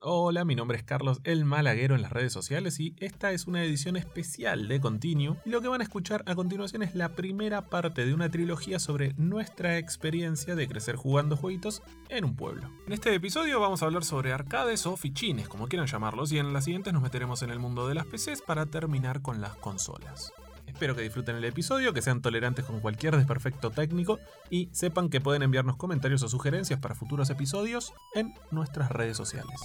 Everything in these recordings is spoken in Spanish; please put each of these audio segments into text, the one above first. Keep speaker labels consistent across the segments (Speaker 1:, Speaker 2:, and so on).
Speaker 1: Hola, mi nombre es Carlos El Malaguero en las redes sociales y esta es una edición especial de Continuo. Y lo que van a escuchar a continuación es la primera parte de una trilogía sobre nuestra experiencia de crecer jugando jueguitos en un pueblo. En este episodio vamos a hablar sobre arcades o fichines, como quieran llamarlos, y en las siguientes nos meteremos en el mundo de las PCs para terminar con las consolas. Espero que disfruten el episodio, que sean tolerantes con cualquier desperfecto técnico y sepan que pueden enviarnos comentarios o sugerencias para futuros episodios en nuestras redes sociales.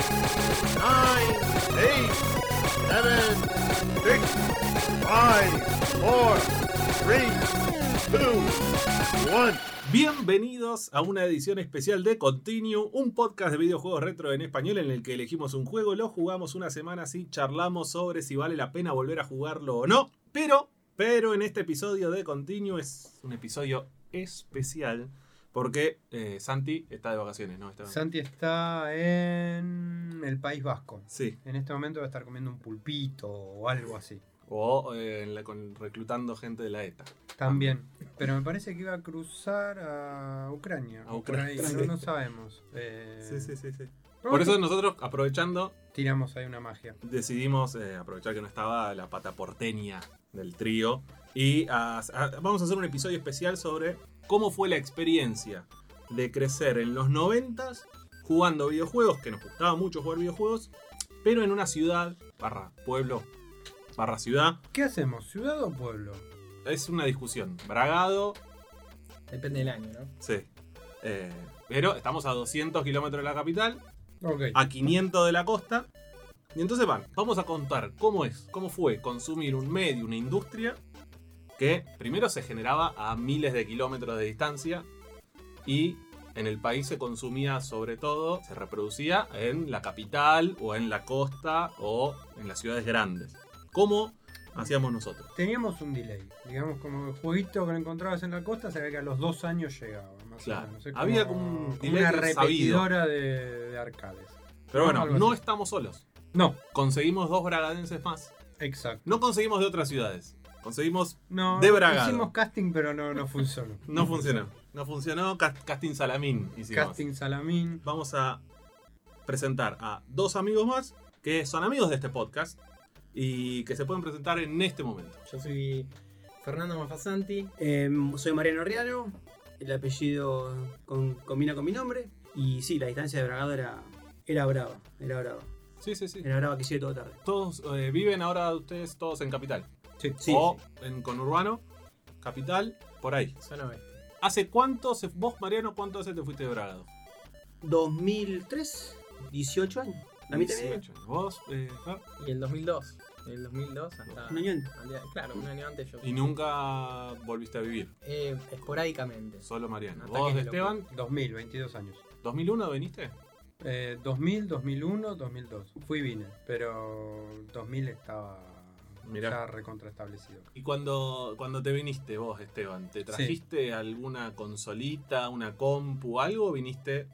Speaker 2: nine, eight, seven, six, five, four, three, two, one.
Speaker 1: Bienvenidos a una edición especial de Continuum, un podcast de videojuegos retro en español en el que elegimos un juego, lo jugamos una semana así, charlamos sobre si vale la pena volver a jugarlo o no, pero, pero en este episodio de Continuum es un episodio especial porque eh, Santi está de vacaciones, ¿no? Está...
Speaker 3: Santi está en el País Vasco.
Speaker 1: Sí,
Speaker 3: En este momento va a estar comiendo un pulpito o algo así.
Speaker 1: o eh, en la- con- reclutando gente de la E ETA.
Speaker 3: También. Pero me parece que iba a cruzar a Ucrania.
Speaker 1: A
Speaker 3: o por ahí,
Speaker 1: Ucrania.
Speaker 3: No, no sabemos. Eh,
Speaker 1: sí, sí.
Speaker 3: pero
Speaker 1: Por
Speaker 3: bueno,
Speaker 1: eso nosotros, aprovechando,
Speaker 3: tiramos ahí una magia.
Speaker 1: decidimos eh, aprovechar que no estaba la pata porteña del trío y a- a- vamos a hacer un episodio especial sobre cómo fue la experiencia de crecer en los 90 jugando videojuegos, que nos gustaba mucho jugar videojuegos, pero en una ciudad, barra pueblo, barra ciudad,
Speaker 3: ¿Qué hacemos? ¿Ciudad o pueblo?
Speaker 1: es una discusión. Bragado,
Speaker 4: Depende del año, ¿no?
Speaker 1: sí. eh, pero estamos a 200 kilómetros de la capital,
Speaker 3: Ok.
Speaker 1: a 500 de la costa. Y entonces van, vamos a contar cómo es, cómo fue consumir un medio, una industria que primero se generaba a miles de kilómetros de distancia y en el país se consumía sobre todo, se reproducía en la capital o en la costa o en las ciudades grandes. ¿Cómo hacíamos nosotros?
Speaker 3: Teníamos un delay. Digamos, como el jueguito que lo encontrabas en la costa, se ve que a los dos años llegaba. Más o
Speaker 1: Claro.
Speaker 3: menos.
Speaker 1: Había como un delay
Speaker 3: una
Speaker 1: sabido.
Speaker 3: repetidora de, de arcades.
Speaker 1: Pero bueno,
Speaker 3: Algo
Speaker 1: no
Speaker 3: así.
Speaker 1: estamos solos.
Speaker 3: No,
Speaker 1: Conseguimos dos bragadenses más.
Speaker 3: exacto.
Speaker 1: No conseguimos de otras ciudades. Conseguimos
Speaker 3: No,
Speaker 1: De Bragado.
Speaker 3: hicimos casting, pero no, no funcionó.
Speaker 1: No funcionó. No funcionó. cas- Casting Salamín hicimos.
Speaker 3: Casting Salamín.
Speaker 1: Vamos a presentar a dos amigos más que son amigos de este podcast y que se pueden presentar en este momento.
Speaker 4: Yo soy Fernando Mafasanti, em, soy Mariano Riano, el apellido con- combina con mi nombre, y sí, la distancia de Bragado era, era brava, era brava,
Speaker 1: Sí, sí, sí.
Speaker 4: era brava que sigue todo tarde.
Speaker 1: Todos eh, viven ahora ustedes todos en Capital.
Speaker 3: Sí.
Speaker 4: Sí,
Speaker 1: o en Conurbano, Capital, por ahí.
Speaker 4: Zona oeste.
Speaker 1: ¿Hace cuánto, se- vos Mariano, cuánto hace te fuiste de Bragado?
Speaker 4: 2003, 18 años, la mitad y media.
Speaker 1: 18. ¿Vos, eh, Fer?
Speaker 5: Y el 2002. El 2002 hasta.
Speaker 4: Un año antes.
Speaker 5: al día- Claro, un año antes yo.
Speaker 1: Y nunca volviste a vivir,
Speaker 5: Eh, esporádicamente.
Speaker 1: solo Mariano.
Speaker 5: Ataques
Speaker 1: ¿Vos,
Speaker 5: de
Speaker 1: Esteban?
Speaker 3: 2000, 22 años.
Speaker 1: ¿2001 viniste?
Speaker 3: Eh, 2000, 2001, 2002. Fui y vine, pero 2000 estaba
Speaker 1: Mirá.
Speaker 3: ya recontraestablecido.
Speaker 1: Y cuando, cuando te viniste vos, Esteban, ¿te trajiste alguna consolita, una compu, algo o viniste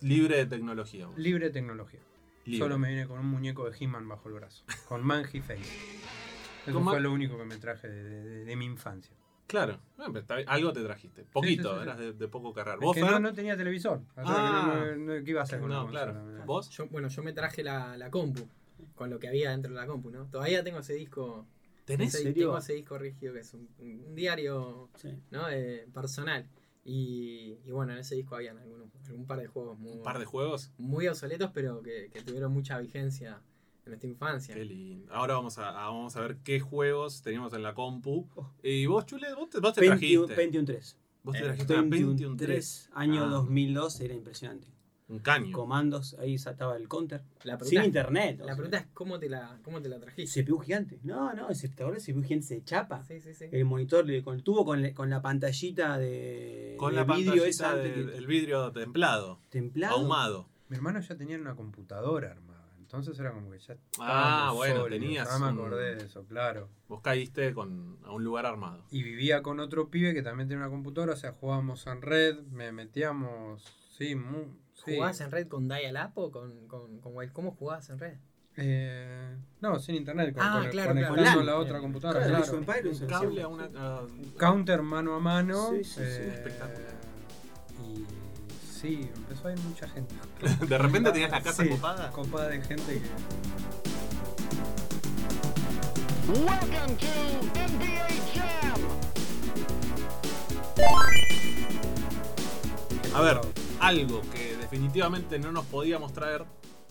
Speaker 1: libre de tecnología? vos?
Speaker 3: Libre tecnología.
Speaker 1: Libre.
Speaker 3: Solo me vine con un muñeco de He-Man bajo el brazo. Con Manji Face. Eso
Speaker 1: Con
Speaker 3: fue
Speaker 1: Man-
Speaker 3: lo único que me traje de, de- de- de mi infancia.
Speaker 1: Claro, Bueno, pero está bien, algo te trajiste. Poquito,
Speaker 3: sí, sí.
Speaker 1: eras de, de poco cargar.
Speaker 3: Es
Speaker 1: ¿Vos,
Speaker 3: que
Speaker 1: Fer?
Speaker 3: no, no tenía televisor. O sea, que
Speaker 1: Ah.
Speaker 3: no- no- no- ¿Qué iba a hacer con
Speaker 1: No,
Speaker 3: la
Speaker 1: claro.
Speaker 3: consola?
Speaker 1: ¿Vos?
Speaker 5: Yo, bueno, yo me traje la, la compu. Con lo que había dentro de la compu, ¿no? Todavía tengo ese disco.
Speaker 1: ¿Tenés?
Speaker 5: ese,
Speaker 4: serio?
Speaker 5: Tengo ese disco rígido que es un, un diario
Speaker 4: Sí.
Speaker 5: ¿no? Eh, personal. Y, y bueno, en ese disco habían algunos, algún par de juegos muy,
Speaker 1: ¿Un par de juegos?
Speaker 5: muy obsoletos, pero que, que tuvieron mucha vigencia en nuestra infancia.
Speaker 1: Qué lindo. Ahora vamos a, a- vamos a ver qué juegos teníamos en la compu.
Speaker 3: Oh.
Speaker 1: Y vos, Chule, vos te, vos te
Speaker 4: 21
Speaker 1: trajiste.
Speaker 4: 21-3.
Speaker 1: vos te
Speaker 5: eh,
Speaker 1: trajiste una Pentium 3.
Speaker 4: 21-3, año
Speaker 1: Ah.
Speaker 4: 2002, era impresionante.
Speaker 1: Un caño.
Speaker 4: Comandos, ahí saltaba el counter.
Speaker 5: La pregunta,
Speaker 4: Sin
Speaker 5: es-
Speaker 4: internet. o
Speaker 5: la
Speaker 4: sea.
Speaker 5: pregunta es cómo te la, cómo te la trajiste.
Speaker 4: CPU gigante. No, no, ese ahora el CPU gigante se chapa.
Speaker 5: Sí, sí, sí.
Speaker 4: el monitor eh, con el tubo con, le- con la pantallita de,
Speaker 1: Con
Speaker 4: de
Speaker 1: la
Speaker 4: vidrio
Speaker 1: pantallita
Speaker 4: esa antes
Speaker 1: del
Speaker 4: que-
Speaker 1: el vidrio templado,
Speaker 4: templado
Speaker 1: ahumado.
Speaker 3: Mi hermano ya tenía una computadora armada. Entonces era como que ya.
Speaker 1: Ah,
Speaker 3: estábamos
Speaker 1: bueno,
Speaker 3: sólidos,
Speaker 1: tenías
Speaker 3: Ya me
Speaker 1: un-
Speaker 3: acordé de eso, claro.
Speaker 1: Vos caíste con, a un lugar armado.
Speaker 3: Y vivía con otro pibe que también tenía una computadora, o sea, jugábamos en red, me metíamos, sí, mu- sí, Sí.
Speaker 5: ¿Jugabas en red con Dial-Up o con, con, con Wild? ¿Cómo jugabas en red?
Speaker 3: Eh, no, sin internet, con,
Speaker 5: Ah,
Speaker 3: con-
Speaker 5: claro, claro.
Speaker 3: conectando
Speaker 4: Con LAN.
Speaker 3: la otra computadora.
Speaker 4: Claro,
Speaker 3: Claro,
Speaker 4: Age of Empires lo
Speaker 1: Un
Speaker 4: usan
Speaker 1: cable
Speaker 4: siempre.
Speaker 1: a una. a-
Speaker 3: Counter mano a mano. eh,
Speaker 4: Sí, sí, sí,
Speaker 1: espectacular.
Speaker 3: Y sí, empezó a ir mucha gente.
Speaker 1: de repente tenías la casa
Speaker 3: Sí,
Speaker 1: copada.
Speaker 3: Copada de gente que.
Speaker 2: Welcome to NBA Jam!
Speaker 1: A ver, algo que definitivamente no nos podíamos traer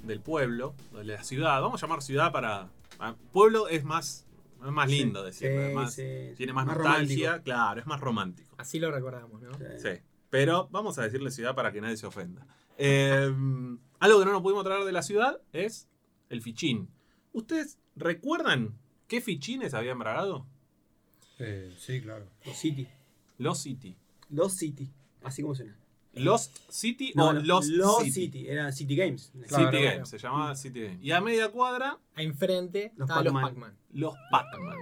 Speaker 1: del pueblo, de la ciudad. Vamos a llamar ciudad para. ah, Pueblo es más, es más lindo decirlo. es más-
Speaker 4: sí,
Speaker 1: Tiene más, nostalgia,
Speaker 4: romántico.
Speaker 1: claro, es más romántico.
Speaker 5: Así lo recordamos, ¿no?
Speaker 1: Sí. Pero vamos a decirle ciudad para que nadie se ofenda. Eh, algo que no nos pudimos traer de la ciudad es el fichín. ¿Ustedes recuerdan qué fichines había embragado?
Speaker 3: Eh, sí, claro.
Speaker 4: Los City.
Speaker 1: Los City.
Speaker 4: Los City. Así como suena.
Speaker 1: Lost City o
Speaker 4: no,
Speaker 1: Lost,
Speaker 4: Los
Speaker 1: City. City.
Speaker 4: Era City Games.
Speaker 3: Claro.
Speaker 1: Games, se llamaba City Games. Y a media cuadra,
Speaker 5: Enfrente
Speaker 4: Los
Speaker 5: estaban los
Speaker 4: Pac-Man.
Speaker 5: Pac-Man.
Speaker 1: los Pac-Man.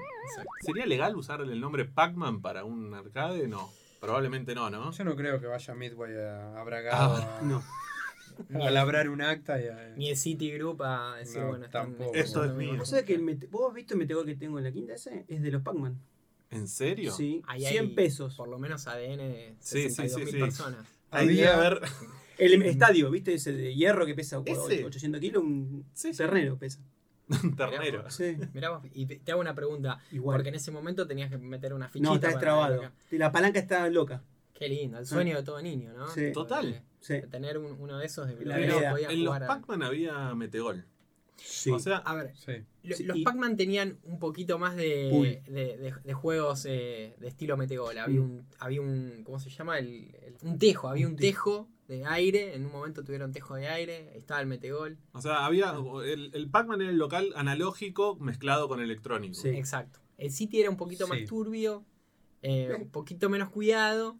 Speaker 1: ¿Sería legal usar el nombre Pac-Man para un arcade? No. Probablemente no, ¿no?
Speaker 3: Yo no creo que vaya Midway a, a Bragado a,
Speaker 4: Ah, No.
Speaker 3: a labrar un acta y a.
Speaker 5: Ni el Citigroup a decir,
Speaker 3: No,
Speaker 5: bueno, están-
Speaker 3: tampoco.
Speaker 1: Esto es
Speaker 5: no,
Speaker 1: mío.
Speaker 5: no.
Speaker 4: ¿Vos, sabés que el mete- ¿Vos has visto el metegol que tengo en la quinta ese? Es de los Pac-Man.
Speaker 1: ¿En serio?
Speaker 4: Sí,
Speaker 5: Ahí hay
Speaker 4: 100 pesos.
Speaker 5: Por lo menos ADN de
Speaker 1: Sí, sí,
Speaker 5: 62.000
Speaker 1: sí, sí.
Speaker 5: personas.
Speaker 1: Ahí debe
Speaker 3: Había-
Speaker 1: haber-
Speaker 4: El estadio, ¿viste? Ese de hierro que pesa
Speaker 1: Ese.
Speaker 4: 800 kilos, un
Speaker 1: Sí, sí.
Speaker 4: ternero pesa.
Speaker 1: un ternero.
Speaker 4: Sí,
Speaker 5: Mirá vos, y te, te hago una pregunta.
Speaker 4: igual.
Speaker 5: Porque en ese momento tenías que meter una fichita.
Speaker 4: no, está
Speaker 5: para
Speaker 4: destrabado.
Speaker 5: acá.
Speaker 4: La palanca está loca.
Speaker 5: Qué lindo, el sueño de todo niño, ¿no?
Speaker 4: Sí.
Speaker 1: Total.
Speaker 4: Sí.
Speaker 5: De tener un- uno de esos de
Speaker 4: La
Speaker 5: de-
Speaker 4: vereda.
Speaker 5: podías
Speaker 1: En los
Speaker 5: jugar a-
Speaker 1: Pac-Man había metegol.
Speaker 4: sí.
Speaker 1: O sea,
Speaker 5: A ver,
Speaker 3: Sí.
Speaker 5: lo-
Speaker 4: Sí,
Speaker 5: los
Speaker 4: y-
Speaker 5: Pac-Man tenían un poquito más de,
Speaker 4: Pool.
Speaker 5: de, de- de juegos eh, de estilo metegol. Había
Speaker 4: Mm.
Speaker 5: un, había un, ¿cómo se llama? El, el- un tejo, había
Speaker 4: Un
Speaker 5: un tejo de aire. En un momento tuvieron tejo de aire, estaba el metegol.
Speaker 1: O sea, había. El, el Pac-Man era el local analógico mezclado con electrónico.
Speaker 4: Sí.
Speaker 5: Exacto. El City era un poquito más
Speaker 3: Sí.
Speaker 5: turbio, eh,
Speaker 4: Bien.
Speaker 5: un poquito menos cuidado.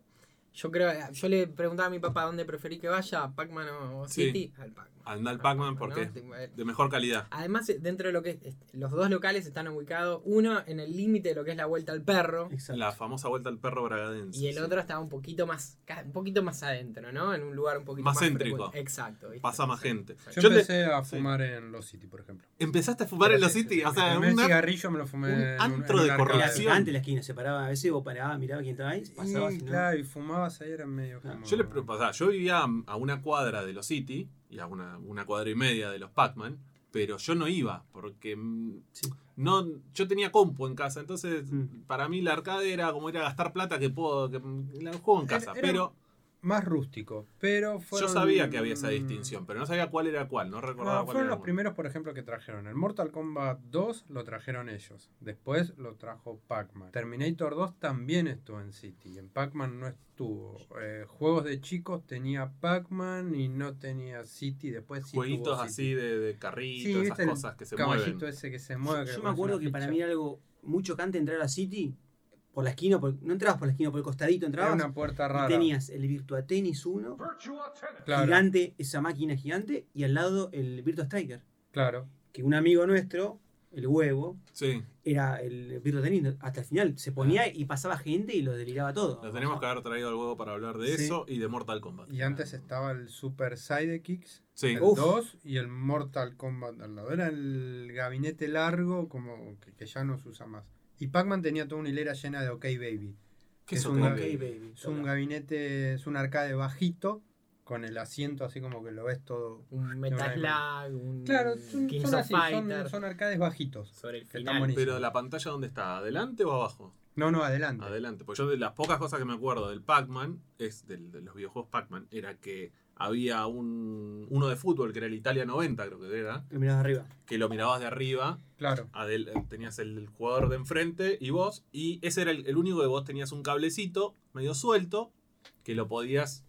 Speaker 5: Yo creo, yo le preguntaba a mi papá dónde preferí que vaya, Pac-Man o o
Speaker 1: Sí.
Speaker 5: City, al Pac-Man.
Speaker 1: Anda al
Speaker 5: Al
Speaker 1: Pac-Man
Speaker 5: Pac-Man,
Speaker 1: porque es
Speaker 5: ¿no? Te-
Speaker 1: de mejor calidad.
Speaker 5: Además, eh, dentro de lo que es- est- los dos locales están ubicados, uno en el límite de lo que es la vuelta al perro
Speaker 4: Exacto.
Speaker 1: La famosa vuelta al perro bragadense.
Speaker 5: y el
Speaker 1: sí.
Speaker 5: otro estaba un poquito más ca- un poquito más adentro, ¿no? En un lugar un poquito
Speaker 1: Más
Speaker 5: más,
Speaker 1: céntrico.
Speaker 5: frecuente. Exacto. ¿viste?
Speaker 1: Pasa más
Speaker 5: Sí.
Speaker 1: gente.
Speaker 3: Yo,
Speaker 1: Yo le-
Speaker 3: empecé a
Speaker 1: sí.
Speaker 3: fumar en Los City, por ejemplo.
Speaker 1: Empezaste a fumar en los
Speaker 3: Sí,
Speaker 1: City.
Speaker 3: sí,
Speaker 1: O
Speaker 3: sí.
Speaker 1: sea,
Speaker 3: el primer
Speaker 1: una-
Speaker 3: cigarrillo me lo fumé
Speaker 1: un
Speaker 3: en un
Speaker 1: antro
Speaker 3: en un
Speaker 1: de
Speaker 3: arcade.
Speaker 4: Era
Speaker 1: correlación.
Speaker 4: antes la esquina, se paraba a veces, vos parabas, mirabas quién estaba ahí, pasabas.
Speaker 3: Y,
Speaker 4: si no.
Speaker 3: claro, y fumabas ahí, era medio
Speaker 4: Claro.
Speaker 3: como-
Speaker 1: Yo le pregunto, o sea, yo vivía a una cuadra de los City y a una, una cuadra y media de los Pac-Man, pero yo no iba porque mm,
Speaker 4: Sí.
Speaker 1: no, yo tenía compu en casa, entonces
Speaker 4: Mm.
Speaker 1: para mí la arcade era como ir a gastar plata que puedo, que mm, la juego en
Speaker 3: Era-
Speaker 1: casa,
Speaker 3: era-
Speaker 1: pero
Speaker 3: Más rústico. Pero fueron-
Speaker 1: yo sabía que había esa distinción, pero no sabía cuál era cuál, no recordaba cuál era.
Speaker 3: No, fueron los
Speaker 1: cuál.
Speaker 3: primeros, por ejemplo, que trajeron. El Mortal Kombat 2 lo trajeron ellos. Después lo trajo Pac-Man. Terminator 2 también estuvo en City. En Pac-Man no estuvo. Eh, juegos de chicos tenía Pac-Man y no tenía City. Después sí
Speaker 1: Jueguitos
Speaker 3: tuvo
Speaker 1: así
Speaker 3: City.
Speaker 1: de, de carrito,
Speaker 3: Sí,
Speaker 1: esas
Speaker 3: viste el
Speaker 1: cosas que se
Speaker 3: Caballito este.
Speaker 1: mueven.
Speaker 3: ese que se
Speaker 4: Yo,
Speaker 3: mueve. que le
Speaker 4: yo me
Speaker 3: pones
Speaker 4: acuerdo
Speaker 3: una
Speaker 4: que para
Speaker 3: ficha.
Speaker 4: mí era algo mucho cante entrar a City por la esquina, por- no entrabas por la esquina, por el costadito
Speaker 3: Era
Speaker 4: entrabas.
Speaker 3: una puerta
Speaker 4: y
Speaker 3: rara.
Speaker 4: tenías el Virtua Tennis 1,
Speaker 3: claro,
Speaker 4: gigante, esa máquina gigante, y al lado el Virtua Striker.
Speaker 3: Claro.
Speaker 4: Que un amigo nuestro, el huevo,
Speaker 1: Sí,
Speaker 4: era el Virtua Tennis hasta el final. Se ponía y pasaba gente y lo deliraba todo.
Speaker 1: lo tenemos que haber traído al huevo para hablar de
Speaker 4: Sí.
Speaker 1: eso y de Mortal Kombat.
Speaker 3: Y antes Uh, estaba el Super Sidekicks.
Speaker 1: Sí,
Speaker 3: El
Speaker 4: Uf.
Speaker 3: 2 y el Mortal Kombat al lado. Era el gabinete largo, como que, que ya no se usa más. Y Pac-Man tenía toda una hilera llena de OK Baby.
Speaker 1: ¿qué
Speaker 3: es
Speaker 1: es
Speaker 3: un
Speaker 1: ok,
Speaker 4: Ok,
Speaker 3: gabi-
Speaker 1: baby?
Speaker 4: baby.
Speaker 3: Es un gabinete, es un arcade bajito, con el asiento así como que lo ves todo. Mm,
Speaker 5: Un
Speaker 3: No, no,
Speaker 5: Metal
Speaker 3: no.
Speaker 5: Slug, un
Speaker 3: Claro, son,
Speaker 5: Kings
Speaker 3: son
Speaker 5: of
Speaker 3: así, son-
Speaker 5: Fighter,
Speaker 3: son arcades bajitos.
Speaker 5: sobre el
Speaker 3: que están
Speaker 5: final.
Speaker 3: buenísimos.
Speaker 1: Pero la pantalla, ¿dónde está? ¿Adelante o abajo?
Speaker 3: No, no, adelante.
Speaker 1: Adelante, porque yo de las pocas cosas que me acuerdo del Pac-Man, es del- de los videojuegos Pac-Man, era que había un, uno de fútbol que era el Italia 90, creo que era,
Speaker 4: Lo mirabas arriba.
Speaker 1: que lo mirabas de arriba,
Speaker 3: Claro.
Speaker 1: adel- tenías el jugador de enfrente y vos, y ese era el, el único que vos tenías un cablecito medio suelto que lo podías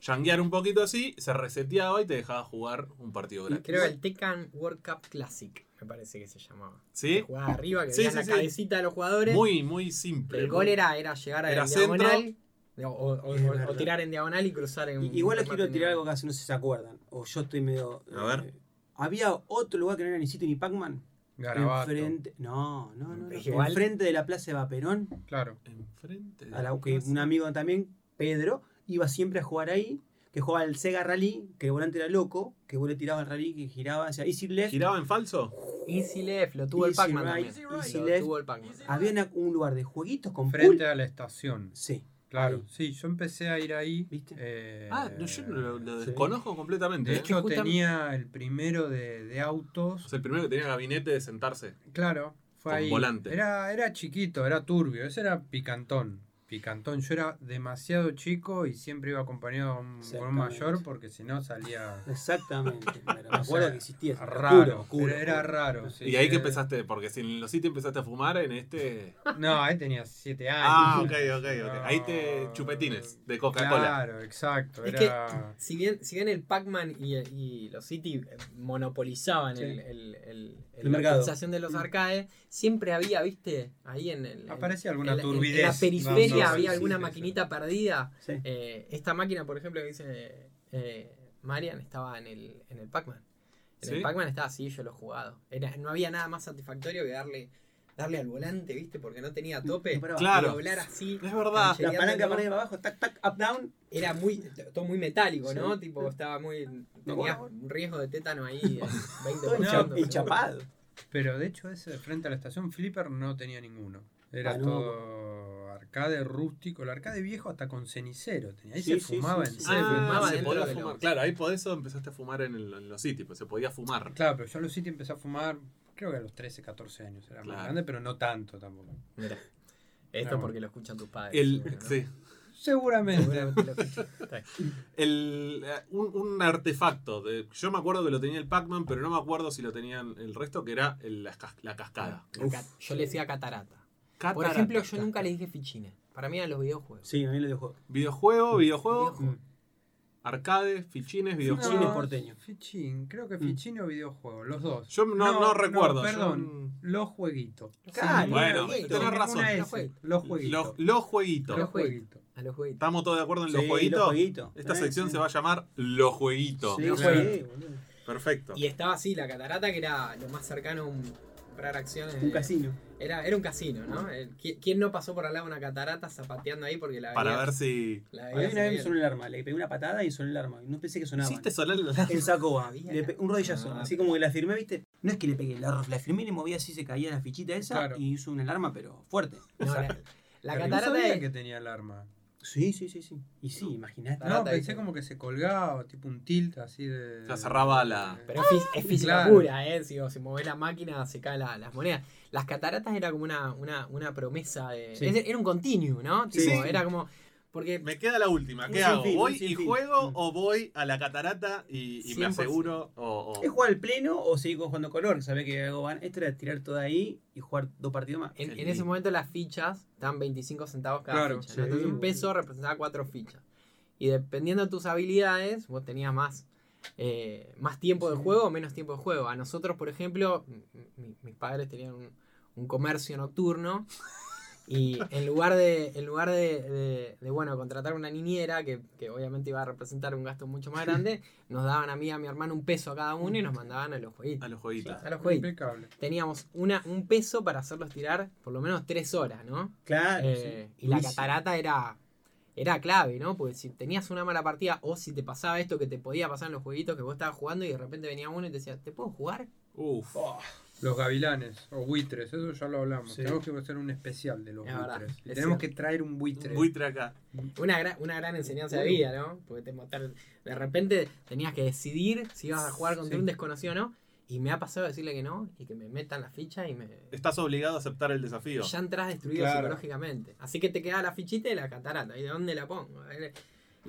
Speaker 1: yanguear un poquito así, se reseteaba y te dejaba jugar un partido gratis.
Speaker 5: Creo el Tekken World Cup Classic, me parece que se llamaba. Que
Speaker 1: ¿Sí?
Speaker 5: jugaba arriba, que
Speaker 1: Sí,
Speaker 5: veías
Speaker 1: sí,
Speaker 5: la
Speaker 1: sí.
Speaker 5: cabecita de los jugadores.
Speaker 1: Muy, muy simple.
Speaker 5: El gol era, era llegar a
Speaker 1: Era
Speaker 5: la
Speaker 1: centro.
Speaker 5: diagonal o, o- o-
Speaker 4: Es
Speaker 5: o
Speaker 4: verdad.
Speaker 5: tirar en diagonal y cruzar en.
Speaker 4: Y- Igual les quiero
Speaker 5: remate
Speaker 4: tirar
Speaker 5: en
Speaker 4: algo que no sé si se acuerdan. O yo estoy medio.
Speaker 1: A ver.
Speaker 4: eh, había otro lugar que no era ni City ni Pac-Man.
Speaker 3: Garabato.
Speaker 4: Enfrente. No, no, no. no.
Speaker 5: Es igual.
Speaker 4: Enfrente de la plaza de Vaperón.
Speaker 3: Claro.
Speaker 1: Enfrente. de
Speaker 4: a la-
Speaker 1: la
Speaker 4: que
Speaker 1: plaza.
Speaker 4: un amigo también, Pedro, iba siempre a jugar ahí. que jugaba al Sega Rally, que el volante era loco, que vos le tirabas al rally, que giraba hacia Easy Left.
Speaker 1: ¿Giraba en falso?
Speaker 5: Easy Left, lo tuvo el
Speaker 4: Easy
Speaker 5: Pac-Man
Speaker 4: Right,
Speaker 5: también.
Speaker 4: Easy
Speaker 5: lo
Speaker 4: Left.
Speaker 5: tuvo el Pac-Man.
Speaker 4: Había una- un lugar de jueguitos con
Speaker 3: Frente
Speaker 4: pul-
Speaker 3: a la estación.
Speaker 4: Sí.
Speaker 3: Claro,
Speaker 4: Ahí.
Speaker 3: sí, yo empecé a ir ahí.
Speaker 4: ¿Viste?
Speaker 3: eh,
Speaker 1: Ah, no, yo no lo, lo
Speaker 4: sí.
Speaker 1: desconozco completamente.
Speaker 3: De
Speaker 1: ¿eh?
Speaker 3: hecho,
Speaker 5: Justamente-
Speaker 3: tenía el primero de, de
Speaker 1: O
Speaker 3: autos.
Speaker 1: sea, el primero que tenía gabinete de sentarse.
Speaker 3: Claro, fue
Speaker 1: Con
Speaker 3: ahí.
Speaker 1: volante.
Speaker 3: Era, era chiquito, era turbio. Ese era picantón. Picantón. Yo era demasiado chico y siempre iba acompañado con- con un
Speaker 4: Exactamente.
Speaker 3: mayor porque si no salía
Speaker 4: Exactamente. Pero me acuerdo que existía. eso,
Speaker 3: raro.
Speaker 4: oscuro, oscuro,
Speaker 3: era, era
Speaker 4: oscuro.
Speaker 3: raro. sí,
Speaker 1: y ahí que
Speaker 3: era-
Speaker 1: empezaste, porque si en los sitios empezaste a fumar, en este.
Speaker 3: No, ahí tenía 7 años.
Speaker 1: Ah, ok, ok, ok.
Speaker 3: No.
Speaker 1: Ahí te chupetines de Coca-Cola.
Speaker 3: Claro, exacto.
Speaker 5: Es
Speaker 3: Era...
Speaker 5: Si bien, si bien el Pac-Man y, y los City eh, monopolizaban el, el, el- el-
Speaker 4: El mercado. Mm.
Speaker 5: la utilización de los arcades, siempre había, viste, ahí en el. en-
Speaker 3: Aparecía
Speaker 5: en
Speaker 3: alguna
Speaker 5: la- en-
Speaker 3: turbidez.
Speaker 5: En la periferia
Speaker 3: No, no,
Speaker 5: había
Speaker 3: sí,
Speaker 5: alguna
Speaker 3: sí, sí.
Speaker 5: maquinita perdida.
Speaker 4: Sí.
Speaker 5: Eh, esta máquina, por ejemplo, que dice eh, Marian, estaba en el, en el Pac-Man. En
Speaker 1: ¿Sí?
Speaker 5: el Pac-Man estaba así, yo lo he jugado. Era- no había nada más satisfactorio que darle, darle al volante, viste, porque no tenía tope.
Speaker 4: No paraba.
Speaker 1: Claro.
Speaker 5: Y doblar así.
Speaker 1: Es verdad.
Speaker 4: La palanca
Speaker 5: canchereándolo
Speaker 4: para arriba abajo, tac, tac, up, down.
Speaker 5: era muy todo muy metálico, ¿no?
Speaker 4: Sí.
Speaker 5: Tipo, estaba muy
Speaker 4: No,
Speaker 5: tenía
Speaker 4: bueno.
Speaker 5: un riesgo de tétano ahí, eh, 20%.
Speaker 4: Todo
Speaker 3: No,
Speaker 4: encha-
Speaker 5: seguro.
Speaker 4: enchapado.
Speaker 3: Pero de hecho ese de frente a la estación Flipper no tenía ninguno. Era
Speaker 4: Ah, no.
Speaker 3: todo arcade rústico. El arcade viejo hasta con cenicero tenía. Ahí
Speaker 4: Sí,
Speaker 3: se
Speaker 4: sí,
Speaker 3: fumaba
Speaker 4: sí, sí,
Speaker 3: en
Speaker 4: sí.
Speaker 3: serio.
Speaker 1: Ah,
Speaker 5: fumaba
Speaker 1: se
Speaker 5: dentro
Speaker 1: podía
Speaker 5: de los-
Speaker 1: fumar. Claro, ahí por eso empezaste a fumar en, el- en los sitios, pues se podía fumar.
Speaker 3: Claro, pero yo a los City empecé a fumar creo que a los 13, 14 años. Era
Speaker 1: Claro.
Speaker 3: más grande, pero no tanto tampoco.
Speaker 5: Mira. Esto
Speaker 3: bueno.
Speaker 5: porque lo escuchan tus padres.
Speaker 1: El,
Speaker 5: seguro, ¿no?
Speaker 1: sí.
Speaker 3: Seguramente.
Speaker 5: Seguramente lo escuchan. Está bien.
Speaker 1: El, eh, un, un artefacto. de- yo me acuerdo que lo tenía el Pac-Man, pero no me acuerdo si lo tenían el resto, que era el- la, cas- la cascada.
Speaker 5: La cat- Yo le decía catarata. Por
Speaker 1: Ah, Catarata.
Speaker 5: ejemplo, yo nunca le dije fichina. Para mí eran los videojuegos.
Speaker 4: Sí, a mí lo dejó.
Speaker 1: Videojuego, videojuego,
Speaker 5: Videojuego.
Speaker 1: arcades, fichines,
Speaker 4: Fichines
Speaker 1: videojuegos.
Speaker 4: por- porteño.
Speaker 3: Fichín, creo que
Speaker 4: Mm.
Speaker 3: fichín o videojuego, los dos.
Speaker 1: Yo no, no, recuerdo. yo-
Speaker 3: perdón, los jueguitos.
Speaker 5: Claro,
Speaker 1: bueno,
Speaker 5: los jueguitos.
Speaker 1: tenés
Speaker 3: Ninguna
Speaker 1: razón.
Speaker 3: S, Los
Speaker 5: Los jueguitos.
Speaker 3: jueguitos.
Speaker 1: los, los jueguitos.
Speaker 3: Los jueguitos.
Speaker 5: A los jueguitos.
Speaker 1: ¿Estamos todos de acuerdo en los
Speaker 4: Sí,
Speaker 1: jueguitos?
Speaker 4: los jueguitos.
Speaker 1: Esta
Speaker 4: Eh,
Speaker 1: sección
Speaker 4: sí.
Speaker 1: se va a llamar Los Jueguitos.
Speaker 4: Sí,
Speaker 5: Los
Speaker 4: claro.
Speaker 5: jueguitos.
Speaker 4: boludo.
Speaker 1: Perfecto.
Speaker 5: Y estaba así la catarata, que era lo más cercano a un comprar acciones.
Speaker 4: Un
Speaker 5: de-
Speaker 4: casino.
Speaker 5: Era, era un casino, ¿no? El- ¿qui- ¿Quién no pasó por al lado de una catarata zapateando ahí porque la
Speaker 1: Para
Speaker 5: veías-
Speaker 1: ver si.
Speaker 5: La
Speaker 4: A mí
Speaker 5: veías
Speaker 4: una vez me
Speaker 5: ahí?
Speaker 4: sonó el arma, le pegué una patada y sonó el arma. No pensé que sonaba.
Speaker 1: ¿Hiciste este solar la-
Speaker 4: En Sacoba,
Speaker 5: Había
Speaker 4: le
Speaker 5: la-
Speaker 4: pe- un rodillazo,
Speaker 5: Ah,
Speaker 4: así como que la firmé, ¿viste? No es que le pegué, la, la firmé y le moví así, se caía la fichita esa
Speaker 3: Claro.
Speaker 4: y hizo una alarma, pero fuerte.
Speaker 5: No, la, la
Speaker 3: Pero no
Speaker 5: catarata
Speaker 3: sabía
Speaker 5: es-
Speaker 3: que tenía el arma.
Speaker 4: Sí, sí, sí, Ah. sí. Y sí, imagínate.
Speaker 5: Catarata
Speaker 3: No,
Speaker 5: ahí
Speaker 3: pensé
Speaker 5: tenía.
Speaker 3: como que se colgaba, tipo un tilt así de.
Speaker 1: La cerraba la-
Speaker 5: Pero es, fis- es física
Speaker 3: Claro.
Speaker 5: pura, ¿eh? Si se mueve la máquina, se caen la- las monedas. Las cataratas era como una, una, una promesa de.
Speaker 4: Sí.
Speaker 5: es- Era un continuo, ¿no?
Speaker 4: Sí.
Speaker 5: Tipo,
Speaker 4: Sí.
Speaker 5: Era como. Porque
Speaker 1: Me queda la última. ¿Qué
Speaker 4: Un
Speaker 1: hago?
Speaker 4: sinfín,
Speaker 1: ¿Voy
Speaker 4: un
Speaker 1: y
Speaker 4: sinfín.
Speaker 1: juego
Speaker 4: Mm.
Speaker 1: o voy a la catarata y, y me
Speaker 5: 100%.
Speaker 1: aseguro? O, o-
Speaker 4: ¿Es jugar al pleno o seguir jugando color? Sabés que algo van. Esto era tirar todo ahí y jugar dos partidos más.
Speaker 5: en,
Speaker 1: Qué
Speaker 5: en ese
Speaker 1: lindo.
Speaker 5: momento las fichas estaban 25 centavos cada
Speaker 3: Claro,
Speaker 5: ficha. ¿no?
Speaker 4: sí.
Speaker 5: Entonces un peso representaba cuatro fichas. Y dependiendo de tus habilidades, vos tenías más, eh, más tiempo de juego o menos tiempo de juego. A nosotros, por ejemplo, m- m- mis padres tenían un, un comercio nocturno. Y en lugar de, en lugar de, de- de, bueno, contratar una niñera, que, que obviamente iba a representar un gasto mucho más grande, nos daban a mí y a mi hermano un peso a cada uno y nos mandaban a los
Speaker 1: a
Speaker 5: jueguitos.
Speaker 1: los jueguitos.
Speaker 5: A los jueguitos
Speaker 3: Impecable.
Speaker 5: teníamos una, un peso para hacerlos tirar por lo menos tres horas, ¿no?
Speaker 4: Claro.
Speaker 5: Eh,
Speaker 4: sí.
Speaker 5: Y la
Speaker 4: Durísimo.
Speaker 5: catarata era, era clave, ¿no? Porque si tenías una mala partida o si te pasaba esto que te podía pasar en los jueguitos que vos estabas jugando y de repente venía uno y te decía, ¿te puedo jugar?
Speaker 1: Uf.
Speaker 3: Los gavilanes o buitres, eso ya lo hablamos.
Speaker 4: Sí.
Speaker 3: Tenemos que hacer un especial de los
Speaker 5: Es verdad,
Speaker 3: buitres. Y
Speaker 5: es
Speaker 3: tenemos
Speaker 5: cierto.
Speaker 3: que traer un buitre.
Speaker 1: Buitre acá.
Speaker 5: Una, gra- una gran enseñanza de vida, ¿no? Porque te mataron- de repente tenías que decidir si ibas a jugar contra
Speaker 3: Sí.
Speaker 5: un desconocido o no. Y me ha pasado decirle que no y que me metan la ficha y me...
Speaker 1: Estás obligado a aceptar el desafío.
Speaker 5: Ya entras destruido
Speaker 3: Claro.
Speaker 5: psicológicamente. Así que te queda la fichita y la catarata. ¿Y de dónde la pongo? A ver, y-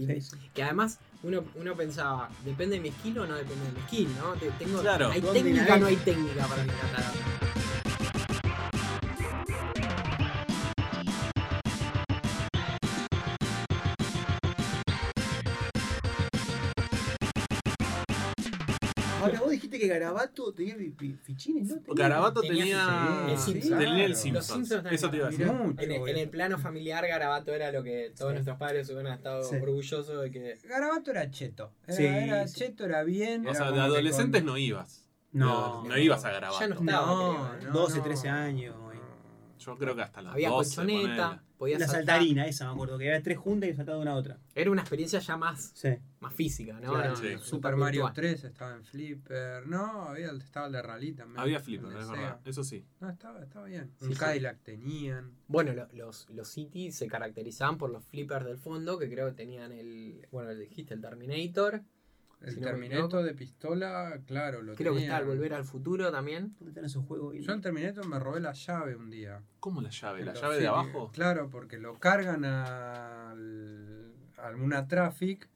Speaker 4: Sí, sí.
Speaker 5: Que además uno, uno pensaba, ¿depende de mi skill o no depende de mi skill? ¿no? Te- tengo,
Speaker 1: Claro.
Speaker 5: ¿Hay
Speaker 4: ¿Dónde
Speaker 5: técnica
Speaker 4: la
Speaker 5: o no hay técnica para mi catarata?
Speaker 4: Ahora vos dijiste que Garabato tenía fi- fi- fichines, ¿no? Tenía-
Speaker 1: Garabato
Speaker 5: Tenía-
Speaker 1: tenía.
Speaker 3: Sí,
Speaker 1: el
Speaker 3: sí,
Speaker 1: tenía el
Speaker 3: claro.
Speaker 1: Simpsons.
Speaker 5: Los Simpsons también.
Speaker 1: Eso te iba a decir.
Speaker 5: Mirá.
Speaker 3: Mucho,
Speaker 5: En, el- en el plano familiar, Garabato era lo que todos
Speaker 4: Sí.
Speaker 5: nuestros padres hubieran estado
Speaker 4: Sí.
Speaker 5: orgullosos de que...
Speaker 3: Garabato era cheto. Era,
Speaker 4: Sí,
Speaker 3: era
Speaker 4: sí.
Speaker 3: cheto, era bien.
Speaker 1: O
Speaker 3: era
Speaker 1: sea,
Speaker 3: como
Speaker 1: de
Speaker 3: que
Speaker 1: adolescentes
Speaker 3: con-
Speaker 1: no ibas.
Speaker 4: No.
Speaker 1: No ibas a grabar.
Speaker 5: Ya no
Speaker 3: No,
Speaker 5: estaba. creo, ¿eh?
Speaker 3: no,
Speaker 4: 12,
Speaker 3: no.
Speaker 4: 13 años, güey.
Speaker 1: Yo creo que hasta las
Speaker 5: Había
Speaker 1: 12,
Speaker 5: colchoneta,
Speaker 1: ponele.
Speaker 5: podías
Speaker 4: La
Speaker 5: saltar.
Speaker 4: saltarina, esa me acuerdo, que había tres juntas y saltaba de una a otra.
Speaker 5: Era una experiencia ya más,
Speaker 4: Sí.
Speaker 5: más física, ¿no?
Speaker 3: Claro,
Speaker 5: No,
Speaker 1: sí.
Speaker 5: no,
Speaker 3: Super Mario
Speaker 5: virtual.
Speaker 3: 3 estaba en Flipper. No, había, estaba el de Rally también.
Speaker 1: Había
Speaker 3: el
Speaker 1: flipper,
Speaker 3: de
Speaker 1: es
Speaker 3: Sega.
Speaker 1: verdad. Eso sí.
Speaker 3: No, estaba, estaba bien.
Speaker 5: Sí,
Speaker 3: un
Speaker 5: sí.
Speaker 3: Cadillac tenían.
Speaker 5: Bueno, lo- los, los City se caracterizaban por los flippers del fondo, que creo que tenían el. Bueno, le dijiste el Terminator.
Speaker 3: El
Speaker 5: Si no me
Speaker 3: Terminator
Speaker 5: equivoco.
Speaker 3: de pistola, claro, lo
Speaker 5: Creo que está el
Speaker 3: tenían.
Speaker 5: Volver al Futuro también.
Speaker 4: ¿Dónde están esos juegos?
Speaker 3: Yo el Terminator me robé la llave un día.
Speaker 1: ¿Cómo la llave? ¿La
Speaker 3: Los
Speaker 1: llave de
Speaker 3: City.
Speaker 1: abajo?
Speaker 3: Claro, porque lo cargan al, a una traffic.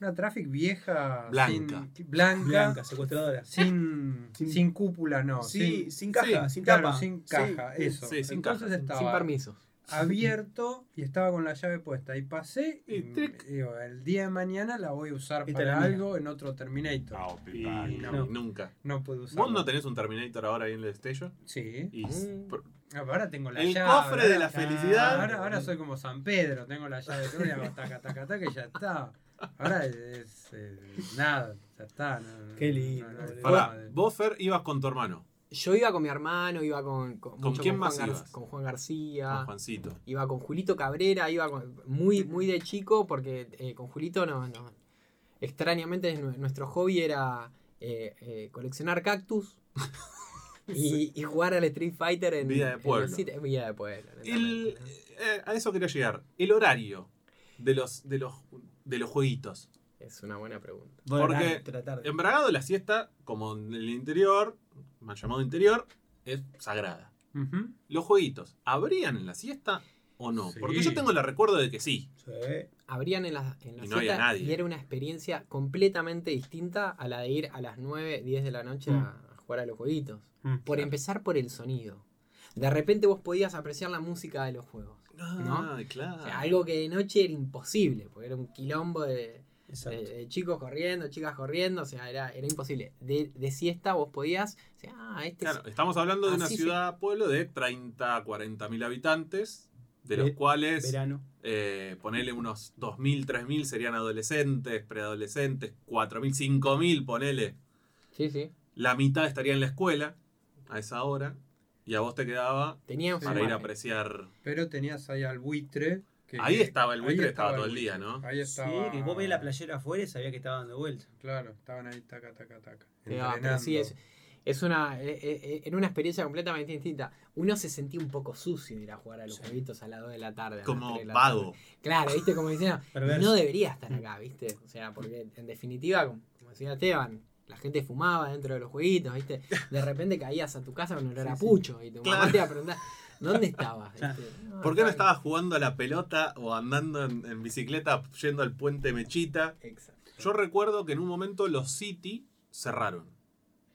Speaker 3: Una traffic vieja.
Speaker 1: Blanca.
Speaker 3: sin- blanca.
Speaker 4: Blanca, secuestradora.
Speaker 3: Sin, sin,
Speaker 4: Sin-
Speaker 3: cúpula, no.
Speaker 4: Sí,
Speaker 3: sin,
Speaker 4: sin caja,
Speaker 1: sí,
Speaker 4: sin
Speaker 3: claro,
Speaker 4: tapa.
Speaker 3: sin caja,
Speaker 4: Sí.
Speaker 3: eso.
Speaker 1: Sí, sin
Speaker 3: Entonces
Speaker 1: caja.
Speaker 3: estaba
Speaker 5: Sin permiso.
Speaker 3: abierto y estaba con la llave puesta. Y pasé y,
Speaker 1: Y tric.
Speaker 3: digo, el día de mañana la voy a usar
Speaker 4: Esta
Speaker 3: para
Speaker 4: era mía.
Speaker 3: algo en otro Terminator.
Speaker 1: No,
Speaker 3: Y
Speaker 1: y
Speaker 3: no,
Speaker 1: no, nunca.
Speaker 3: no pude usarlo.
Speaker 1: ¿Vos no tenés un Terminator ahora ahí en el destello?
Speaker 3: Sí.
Speaker 1: Y
Speaker 5: Mm.
Speaker 1: por-
Speaker 3: Ahora tengo la
Speaker 1: El
Speaker 3: llave.
Speaker 1: cofre de
Speaker 3: ahora-
Speaker 1: la felicidad.
Speaker 3: Ahora, ahora soy como San Pedro, tengo la llave todo y hago taca, taca, taca y ya está. Ahora es, es, eh, nada, ya está. no- no-
Speaker 4: Qué lindo,
Speaker 3: no- no-
Speaker 4: boludo.
Speaker 1: Pará,
Speaker 3: no-
Speaker 1: vos, Fer, ibas con tu hermano,
Speaker 5: Yo iba con mi hermano, iba con. ¿Con, mucho
Speaker 1: quién
Speaker 5: Juan
Speaker 1: más
Speaker 5: Gar-
Speaker 1: ibas?
Speaker 5: Con Juan García.
Speaker 1: con Juancito.
Speaker 5: Iba con Julito Cabrera, iba con- muy, muy de chico, porque eh, con Julito no, no- extrañamente nu- nuestro hobby era eh, eh, coleccionar cactus y, y jugar al Street Fighter en
Speaker 1: Vida de
Speaker 5: en el
Speaker 1: pueblo.
Speaker 5: sit- Vida de pueblo.
Speaker 1: El-
Speaker 5: exactamente.
Speaker 1: eh, a eso quería llegar. El horario de los, de los, de los jueguitos.
Speaker 5: Es una buena pregunta.
Speaker 1: Porque- em, En Bragado la siesta, como en el interior, mal llamado interior, es sagrada.
Speaker 3: Ujú.
Speaker 1: Los jueguitos, ¿abrían en la siesta o no?
Speaker 3: Sí.
Speaker 1: Porque yo tengo el recuerdo de que sí.
Speaker 5: Abrían en las en la
Speaker 1: Y no había
Speaker 5: siesta
Speaker 1: nadie.
Speaker 5: y era una experiencia completamente distinta a la de ir a las 9, 10 de la noche
Speaker 4: Mm.
Speaker 5: a a jugar a los jueguitos.
Speaker 4: Mm,
Speaker 5: por empezar por el sonido. De repente vos podías apreciar la música de los juegos.
Speaker 1: Ah, claro.
Speaker 5: O sea, algo que de noche era imposible, porque era un quilombo de,
Speaker 4: Exacto.
Speaker 5: de- de chicos corriendo, chicas corriendo, o sea, era, era imposible. De, de siesta vos podías, o sea, ah, este
Speaker 1: Claro, estamos hablando de una
Speaker 5: Así se-
Speaker 1: ciudad, pueblo de 30, 40 mil habitantes, de los
Speaker 4: Ve-
Speaker 1: cuales
Speaker 4: Verano.
Speaker 1: eh, ponele unos 2.000, 3.000 serían adolescentes, preadolescentes, 4.000, 5.000, ponele.
Speaker 5: es- Sí, sí.
Speaker 1: La mitad estaría en la escuela a esa hora y a vos te quedaba
Speaker 5: Tenían
Speaker 3: Sí.
Speaker 1: para ir a
Speaker 5: margen.
Speaker 1: apreciar.
Speaker 3: Pero tenías ahí al buitre. que-
Speaker 1: Ahí estaba el
Speaker 3: ahí
Speaker 1: buitre, estaba todo el
Speaker 3: buitre,
Speaker 1: día, ¿no?
Speaker 3: Ahí estaba.
Speaker 4: Sí, que vos ves la playera afuera y sabías que estaba dando vuelta.
Speaker 3: Claro, estaban ahí, taca, taca, taca.
Speaker 4: Eh,
Speaker 5: Te
Speaker 4: ah,
Speaker 5: daba, pero
Speaker 3: entrenando.
Speaker 5: sí, es, es una, eh, eh, era una experiencia completamente distinta. Uno se sentía un poco sucio de ir a jugar a los
Speaker 4: Sí.
Speaker 5: jueguitos a las 2 de la tarde. a las
Speaker 1: Como
Speaker 5: 3 de la tarde.
Speaker 1: vago.
Speaker 5: Claro, viste, como diciendo,
Speaker 4: Perverso.
Speaker 5: no debería estar acá, viste. O sea, porque en definitiva, como como decía Esteban, la gente fumaba dentro de los jueguitos, viste. De repente caías a tu casa con olor a pucho y tu mamá
Speaker 1: Claro.
Speaker 5: te iba a preguntar, ¿dónde estabas?
Speaker 4: Claro.
Speaker 5: ¿viste?
Speaker 1: ¿Por qué no estabas jugando a la pelota o andando en, en bicicleta yendo al puente Mechita?
Speaker 5: Exacto.
Speaker 1: Yo recuerdo que en un momento los City cerraron.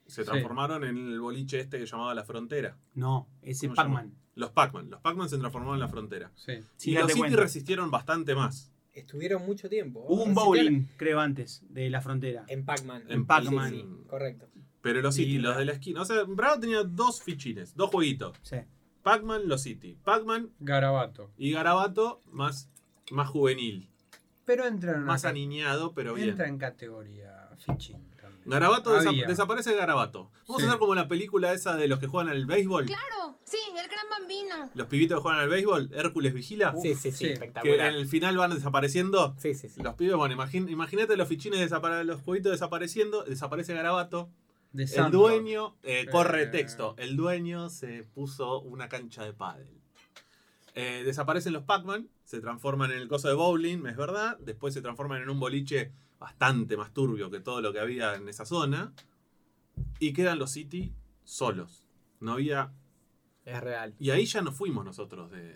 Speaker 1: Se
Speaker 3: Sí.
Speaker 1: transformaron en el boliche este que llamaba La Frontera.
Speaker 4: No, ese
Speaker 1: ¿Cómo se
Speaker 4: Pac-Man.
Speaker 1: Los Pac-Man. Los Pac-Man se transformaron en La Frontera.
Speaker 3: Sí.
Speaker 4: Sí,
Speaker 1: y los
Speaker 4: date
Speaker 1: City
Speaker 4: cuenta.
Speaker 1: resistieron bastante más.
Speaker 5: Estuvieron mucho tiempo.
Speaker 4: Hubo un
Speaker 5: Resistieron
Speaker 4: bowling, creo, antes de la frontera.
Speaker 5: En Pac-Man.
Speaker 1: En
Speaker 4: Pac-Man.
Speaker 5: Sí, sí, correcto.
Speaker 1: Pero los City,
Speaker 4: Y-
Speaker 1: los de la esquina. O sea, Bravo tenía dos fichines, dos jueguitos.
Speaker 4: Sí.
Speaker 1: Pac-Man, los City. Pac-Man
Speaker 3: Garabato.
Speaker 1: y Garabato más, más juvenil.
Speaker 3: Pero entra en una
Speaker 1: Más
Speaker 3: ca-
Speaker 1: aniñado, pero bien.
Speaker 3: Entra en categoría fichín también.
Speaker 1: Garabato desa-
Speaker 3: Había.
Speaker 1: desaparece Garabato. Vamos
Speaker 3: Sí.
Speaker 1: a hacer como la película esa de los que juegan al béisbol.
Speaker 6: Claro, sí, el gran bambino.
Speaker 1: Los pibitos que juegan al béisbol, Hércules Vigila.
Speaker 5: sí, sí, sí,
Speaker 3: sí,
Speaker 1: que en
Speaker 5: espectacular.
Speaker 1: el final van desapareciendo.
Speaker 5: Sí, sí, sí.
Speaker 1: Los pibes, bueno, imagín- imagínate los fichines, desapare- los jueguitos desapareciendo, desaparece Garabato.
Speaker 3: De
Speaker 1: El
Speaker 3: Sandro.
Speaker 1: dueño, eh, corre
Speaker 3: Eh.
Speaker 1: texto, el dueño se puso una cancha de pádel. Eh, desaparecen los Pac-Man, se transforman en el coso de bowling, es verdad. Después se transforman en un boliche bastante más turbio que todo lo que había en esa zona. Y quedan los City solos. No había...
Speaker 5: Es real.
Speaker 1: Y ahí ya nos fuimos nosotros de,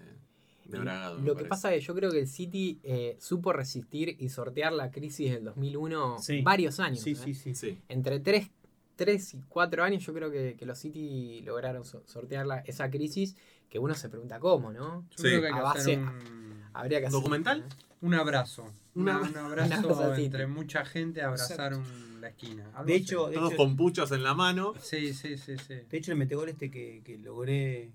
Speaker 1: de Bragado. me
Speaker 5: Lo que
Speaker 1: parece.
Speaker 5: pasa es que yo creo que el City eh, supo resistir y sortear la crisis del 2001
Speaker 4: Sí.
Speaker 5: varios años.
Speaker 4: Sí,
Speaker 5: ¿eh?
Speaker 4: sí, sí.
Speaker 1: Sí.
Speaker 5: Entre 3, y 4 años yo creo que, que los City lograron so- sortear la- esa crisis que uno se pregunta cómo, ¿no?
Speaker 3: Yo creo que hay
Speaker 5: a
Speaker 3: que
Speaker 5: base-
Speaker 3: hacer un,
Speaker 5: Habría que hacer-
Speaker 1: ¿Documental?
Speaker 3: un abrazo. Una-
Speaker 1: Una-
Speaker 3: un abrazo
Speaker 5: una cosa así.
Speaker 3: entre mucha gente, abrazar un- la esquina. Algo
Speaker 4: De hecho, de
Speaker 1: Todos
Speaker 4: hecho,
Speaker 1: con puchos en la mano.
Speaker 3: así. Sí, sí, sí, sí.
Speaker 4: de hecho, el metegol este que, que logré,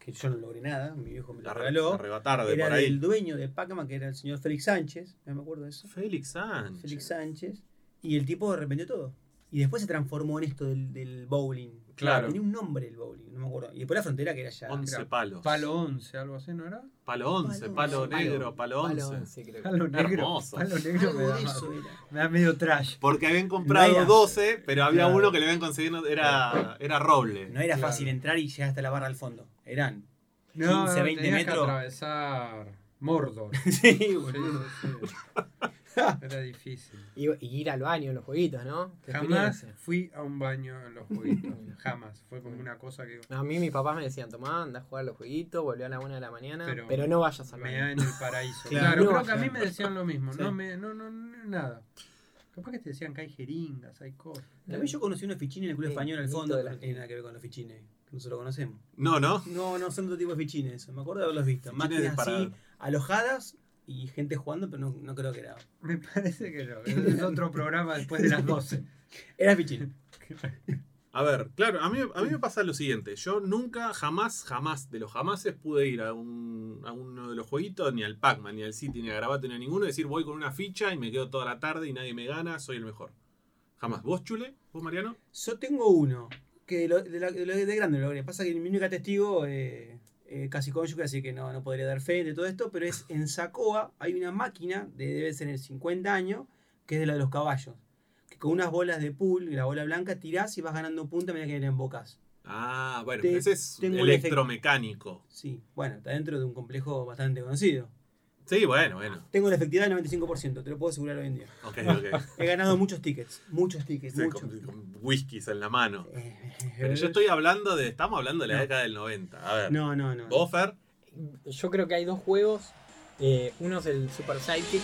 Speaker 4: que yo no logré nada, mi viejo me lo
Speaker 1: La
Speaker 4: regaló,
Speaker 1: arrebatarde
Speaker 4: era
Speaker 1: por ahí.
Speaker 4: del dueño de Pac-Man, que era el señor Félix Sánchez, no me acuerdo de eso.
Speaker 1: Félix Sánchez.
Speaker 4: Félix Sánchez. Y el tipo arrepintió todo. Y después se transformó en esto del, del bowling.
Speaker 1: Claro.
Speaker 4: Tenía un nombre el bowling, no me acuerdo. Y después la frontera que era ya.
Speaker 1: 11
Speaker 4: era-
Speaker 1: palos.
Speaker 3: Palo 11, algo así, ¿no era?
Speaker 1: Palo 11, palo,
Speaker 4: Palo.
Speaker 1: negro, palo 11.
Speaker 5: once, creo.
Speaker 3: Palo negro.
Speaker 1: Hermoso.
Speaker 3: Palo negro me
Speaker 4: Algo
Speaker 3: da,
Speaker 4: de eso eh. era.
Speaker 3: me da medio trash.
Speaker 1: Porque habían comprado
Speaker 4: No era-
Speaker 1: 12, pero había
Speaker 3: Claro.
Speaker 1: uno que le habían conseguido, era, era roble.
Speaker 4: No era
Speaker 3: Claro.
Speaker 4: fácil entrar y llegar hasta la barra al fondo. Eran.
Speaker 3: No,
Speaker 4: 15,
Speaker 3: no,
Speaker 4: 20
Speaker 3: tenías que
Speaker 4: metros.
Speaker 3: atravesar Mordor.
Speaker 4: sí,
Speaker 3: Sí, sí, sí. Era difícil.
Speaker 5: Y, y ir al baño en los jueguitos, ¿no? Qué
Speaker 3: Jamás
Speaker 5: experiencia.
Speaker 3: fui a un baño en los jueguitos. Jamás. Fue como una cosa que
Speaker 5: No, a mí mis papás me decían, tomá, anda a jugar a los jueguitos, volví a la una de la mañana,
Speaker 3: Pero-
Speaker 5: pero, no vayas al
Speaker 3: me
Speaker 5: baño.
Speaker 3: da en el paraíso.
Speaker 4: Claro.
Speaker 3: Claro,
Speaker 5: No,
Speaker 3: creo que a
Speaker 4: claro.
Speaker 3: mí me decían lo mismo.
Speaker 4: Sí.
Speaker 3: No, me, no, no, no, nada. Capaz que te decían que hay jeringas, hay cosas.
Speaker 4: También yo conocí unos fichines en el culo
Speaker 5: El
Speaker 4: español al
Speaker 5: mito
Speaker 4: fondo.
Speaker 5: de
Speaker 4: pero
Speaker 5: la
Speaker 4: No tiene nada que ver con los fichines. que Nosotros conocemos.
Speaker 1: No, no.
Speaker 4: No, no son otro tipo de fichines. eso. Me acuerdo de haberlos visto.
Speaker 1: Fichines
Speaker 4: Máquinas así,
Speaker 1: disparadas.
Speaker 4: alojadas y gente jugando, pero no, no creo que era.
Speaker 3: Me parece que no. Es otro programa después de las 12.
Speaker 4: Era fichines.
Speaker 1: A ver, claro, a mí, a mí me pasa lo siguiente. Yo nunca, jamás, jamás, de los jamases pude ir a, un, a uno de los jueguitos, ni al Pac-Man, ni al City, ni a Garabato, ni a ninguno, y decir voy con una ficha y me quedo toda la tarde y nadie me gana, soy el mejor. Jamás. ¿Vos, Chule? ¿Vos, Mariano?
Speaker 4: Yo tengo uno. Que lo- de, la- de lo- de grande lo logré. Pasa que mi única testigo. eh, eh, casi cónyuge, así que no, no podría dar fe de todo esto, pero es en Sacoa hay una máquina de debe ser el 50 años, que es de la de los caballos, que con unas bolas de pool, la bola blanca, tirás y vas ganando punta mira que le embocas.
Speaker 1: Ah, bueno,
Speaker 4: Te-
Speaker 1: ese es
Speaker 4: tengo un
Speaker 1: electromecánico.
Speaker 4: Sí, bueno, está dentro de un complejo bastante conocido.
Speaker 1: Sí, bueno, bueno.
Speaker 4: Tengo la efectividad del 95%, te lo puedo asegurar hoy en día.
Speaker 1: Ok, ok.
Speaker 4: He ganado muchos tickets, muchos tickets,
Speaker 1: Sí,
Speaker 4: muchos.
Speaker 1: con, con whiskies en la mano.
Speaker 4: Eh,
Speaker 1: Pero yo estoy hablando de. Estamos hablando de la
Speaker 4: No.
Speaker 1: década del 90. A ver.
Speaker 4: No, no, no.
Speaker 1: ¿Vos, Fer?
Speaker 5: Yo creo que hay dos juegos. eh, uno es el Super Sidekick.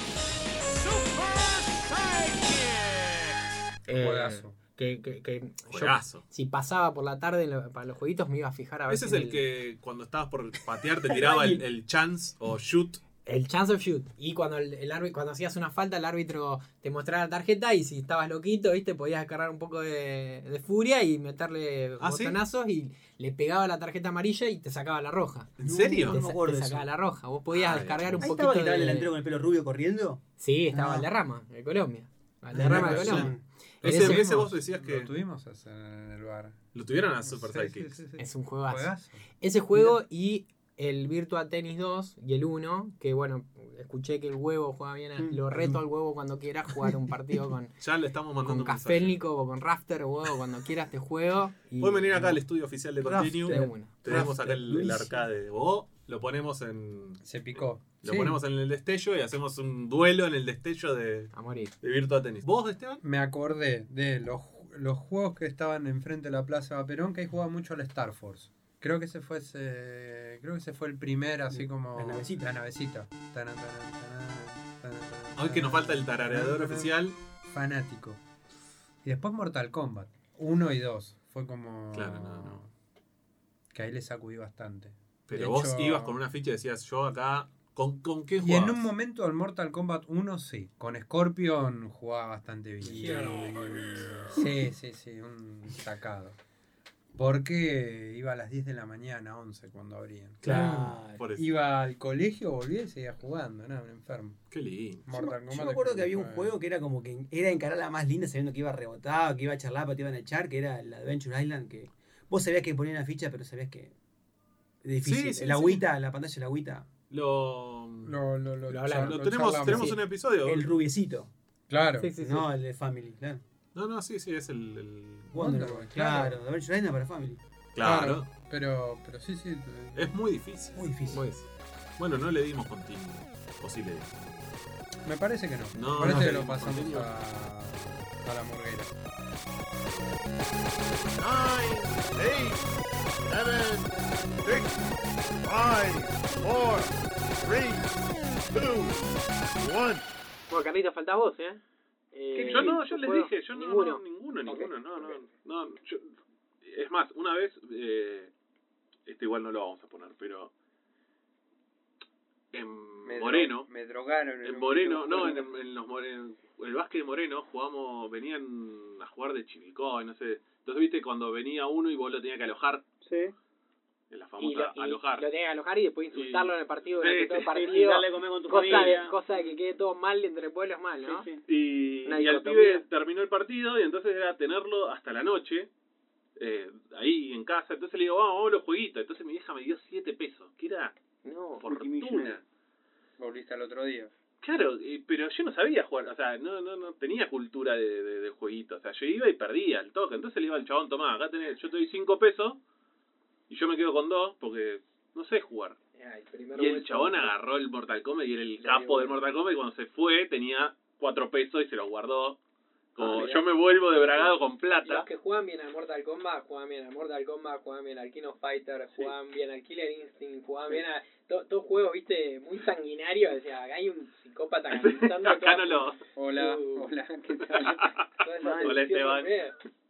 Speaker 5: eh,
Speaker 3: Juegazo.
Speaker 5: que, que- que yo,
Speaker 1: Juegazo.
Speaker 5: si pasaba por la tarde en lo- para los jueguitos me iba a fijar a ver
Speaker 1: Ese es
Speaker 5: si en
Speaker 1: el que cuando estabas por patear te tiraba el, el chance o shoot.
Speaker 5: El chance of shoot. Y cuando el, el árbitro, cuando hacías una falta, el árbitro te mostraba la tarjeta y si estabas loquito, viste, podías agarrar un poco de, de furia y meterle
Speaker 1: ¿Ah, sí?
Speaker 5: botonazos y le pegaba la tarjeta amarilla y te sacaba la roja.
Speaker 1: ¿En
Speaker 4: No,
Speaker 1: serio?
Speaker 5: te,
Speaker 4: me
Speaker 5: sa-
Speaker 4: acuerdo
Speaker 5: te
Speaker 4: de
Speaker 5: sacaba
Speaker 4: eso.
Speaker 5: la roja. Vos podías
Speaker 1: Ah,
Speaker 5: descargar un
Speaker 4: Ahí
Speaker 5: poquito
Speaker 4: estaba que estaba el
Speaker 5: de...
Speaker 4: delantero con el pelo rubio corriendo.
Speaker 5: Sí, estaba
Speaker 4: Ah.
Speaker 5: Valderrama, de Colombia.
Speaker 1: Valderrama,
Speaker 5: Valderrama de
Speaker 1: sí.
Speaker 5: Colombia.
Speaker 1: Ese,
Speaker 5: Ese-
Speaker 1: ese vos decías
Speaker 3: Lo
Speaker 1: que
Speaker 3: tuvimos hacer en el bar.
Speaker 1: lo tuvieron a Super Sidekicks.
Speaker 5: Es un juegazo.
Speaker 3: Juegazo.
Speaker 5: Ese juego y el Virtua Tennis 2 y el 1, que bueno, escuché que el huevo juega bien, a-
Speaker 4: Mm.
Speaker 5: lo reto al huevo cuando quiera jugar un partido con,
Speaker 1: Ya le estamos mandando
Speaker 5: con
Speaker 1: un mensaje.
Speaker 5: Cafelnico o con Rafter o huevo, cuando quieras te juego. y-
Speaker 1: Pueden venir acá al estudio oficial de
Speaker 5: de
Speaker 1: Continue.
Speaker 5: una.
Speaker 1: Tenemos acá el, el
Speaker 4: Durísimo.
Speaker 1: arcade. O lo ponemos en.
Speaker 3: Se picó.
Speaker 1: Lo
Speaker 3: Sí.
Speaker 1: ponemos en el destello y hacemos un duelo en el destello de,
Speaker 5: A morir.
Speaker 1: de Virtua Tennis. ¿Vos, Esteban?
Speaker 3: Me acordé de los, ju- los juegos que estaban enfrente de la Plaza Perón, que ahí jugaba mucho al Star Force. Creo que ese fue ese, creo que ese fue el primer, así como
Speaker 4: La navecita.
Speaker 3: La navecita. Taran, taran, taran, taran, taran,
Speaker 1: Hoy que nos falta el
Speaker 3: taran,
Speaker 1: tarareador
Speaker 3: taran.
Speaker 1: oficial.
Speaker 3: Fanático. Y después Mortal Kombat. Uno y dos. Fue como.
Speaker 1: Claro, no, no.
Speaker 3: Que ahí le sacudí bastante.
Speaker 1: Pero
Speaker 3: De
Speaker 1: vos
Speaker 3: hecho-
Speaker 1: ibas con una ficha y decías, yo acá, ¿con, con qué
Speaker 3: Y
Speaker 1: jugabas?
Speaker 3: en un momento al Mortal Kombat 1 sí, con Scorpion jugaba bastante bien. Sí, sí, sí, un sacado. Porque iba a las 10 de la mañana, 11 cuando abrían.
Speaker 4: Claro.
Speaker 1: Por eso.
Speaker 3: Iba al colegio, volvía y seguía jugando, nada, un enfermo.
Speaker 1: Qué lindo.
Speaker 4: Yo,
Speaker 3: Mortal
Speaker 4: me-
Speaker 3: Kombat
Speaker 4: yo me acuerdo
Speaker 3: es
Speaker 4: que había un
Speaker 3: fue-
Speaker 4: juego que era como que era encarar la más linda sabiendo que iba rebotado, que iba a charlar, pero te iban a echar, que era la Adventure Island, que vos sabías que ponía una ficha, pero sabías que es difícil.
Speaker 1: sí,
Speaker 4: el
Speaker 1: sí.
Speaker 4: agüita, la pantalla del agüita,
Speaker 1: Lo, lo,
Speaker 3: Lo, lo, lo,
Speaker 5: Lo hablamos.
Speaker 3: charla- lo
Speaker 1: tenemos,
Speaker 3: charlamos.
Speaker 1: tenemos
Speaker 5: sí.
Speaker 1: un episodio.
Speaker 4: el rubiecito,
Speaker 3: Claro.
Speaker 5: Sí, sí, sí.
Speaker 4: no el de Family, claro.
Speaker 1: No, no, sí, sí, es el... el-
Speaker 4: Wonder
Speaker 3: Wonderboy,
Speaker 4: Boy, claro, la Adventure Island para Family.
Speaker 1: Claro.
Speaker 3: Pero, pero sí, sí.
Speaker 1: Es muy difícil.
Speaker 4: Muy difícil.
Speaker 5: Muy bien.
Speaker 1: Bueno, no le dimos continuo. O sí le dimos.
Speaker 3: Me parece que no.
Speaker 1: No,
Speaker 3: me parece
Speaker 1: no,
Speaker 3: que
Speaker 1: sí,
Speaker 3: lo pasamos
Speaker 1: continúa.
Speaker 3: a, a la morguera.
Speaker 2: 9, 8, 7, 6, 5, 4, 3, 2, 1.
Speaker 5: Bueno, Carlitos, faltás vos, ¿eh?
Speaker 1: Yo no, yo les dije, yo no, no, ninguno, ninguno, no, no, no, yo- es más, una vez, eh, este igual no lo vamos a poner, pero en Moreno,
Speaker 3: Me drogaron.
Speaker 1: en Moreno, no, en, en los Moreno, en el básquet de Moreno jugamos, venían a jugar de Chivilcoy, no sé, entonces viste cuando venía uno y vos lo tenías que alojar,
Speaker 4: Sí.
Speaker 1: en la
Speaker 5: Y lo,
Speaker 1: famosa
Speaker 5: y
Speaker 1: alojar.
Speaker 5: lo tiene que alojar y después insultarlo en el partido
Speaker 1: Sí,
Speaker 5: durante todo el
Speaker 1: sí,
Speaker 5: partido.
Speaker 4: Dale a comer con tu
Speaker 5: cosa,
Speaker 4: familia.
Speaker 5: de, cosa de que quede todo mal entre pueblos mal,
Speaker 4: Sí,
Speaker 5: ¿no?
Speaker 4: sí.
Speaker 1: Y,
Speaker 5: Una
Speaker 1: y al
Speaker 5: dicotomía.
Speaker 1: pibe terminó el partido y entonces era tenerlo hasta la noche, eh, ahí en casa. Entonces le digo, vamos, vamos a los jueguitos. Entonces mi vieja me dio 7 pesos, que era
Speaker 5: No.
Speaker 1: fortuna.
Speaker 4: multimillonario.
Speaker 3: Volviste al otro día.
Speaker 1: Claro, eh, pero yo no sabía jugar, o sea, no no no tenía cultura de, de, de jueguito. O sea, yo iba y perdía el toque. Entonces le iba al chabón, tomá, acá tenés, yo te doy 5 pesos y yo me quedo con 2 porque no sé jugar. Y el chabón agarró el Mortal Kombat y era el
Speaker 5: Le
Speaker 1: capo
Speaker 5: dio
Speaker 1: del
Speaker 5: una.
Speaker 1: Mortal Kombat y cuando se fue tenía cuatro pesos y se los guardó.
Speaker 5: Ah,
Speaker 1: Como
Speaker 5: mirá.
Speaker 1: yo me vuelvo de bragado con plata.
Speaker 5: Los que juegan bien al Mortal Kombat, juegan bien al Mortal Kombat, juegan bien al King of Fighter, juegan bien al Killer Instinct, juegan bien a. to- Todos juegos, viste, muy sanguinarios. O sea, acá hay un psicópata canalizando
Speaker 1: Acá
Speaker 5: toda
Speaker 1: no
Speaker 5: su-
Speaker 1: lo...
Speaker 3: Hola,
Speaker 5: Uh.
Speaker 3: hola, ¿qué tal?
Speaker 5: toda esa
Speaker 1: Hola,
Speaker 5: tensión
Speaker 1: Esteban.
Speaker 5: que tiene.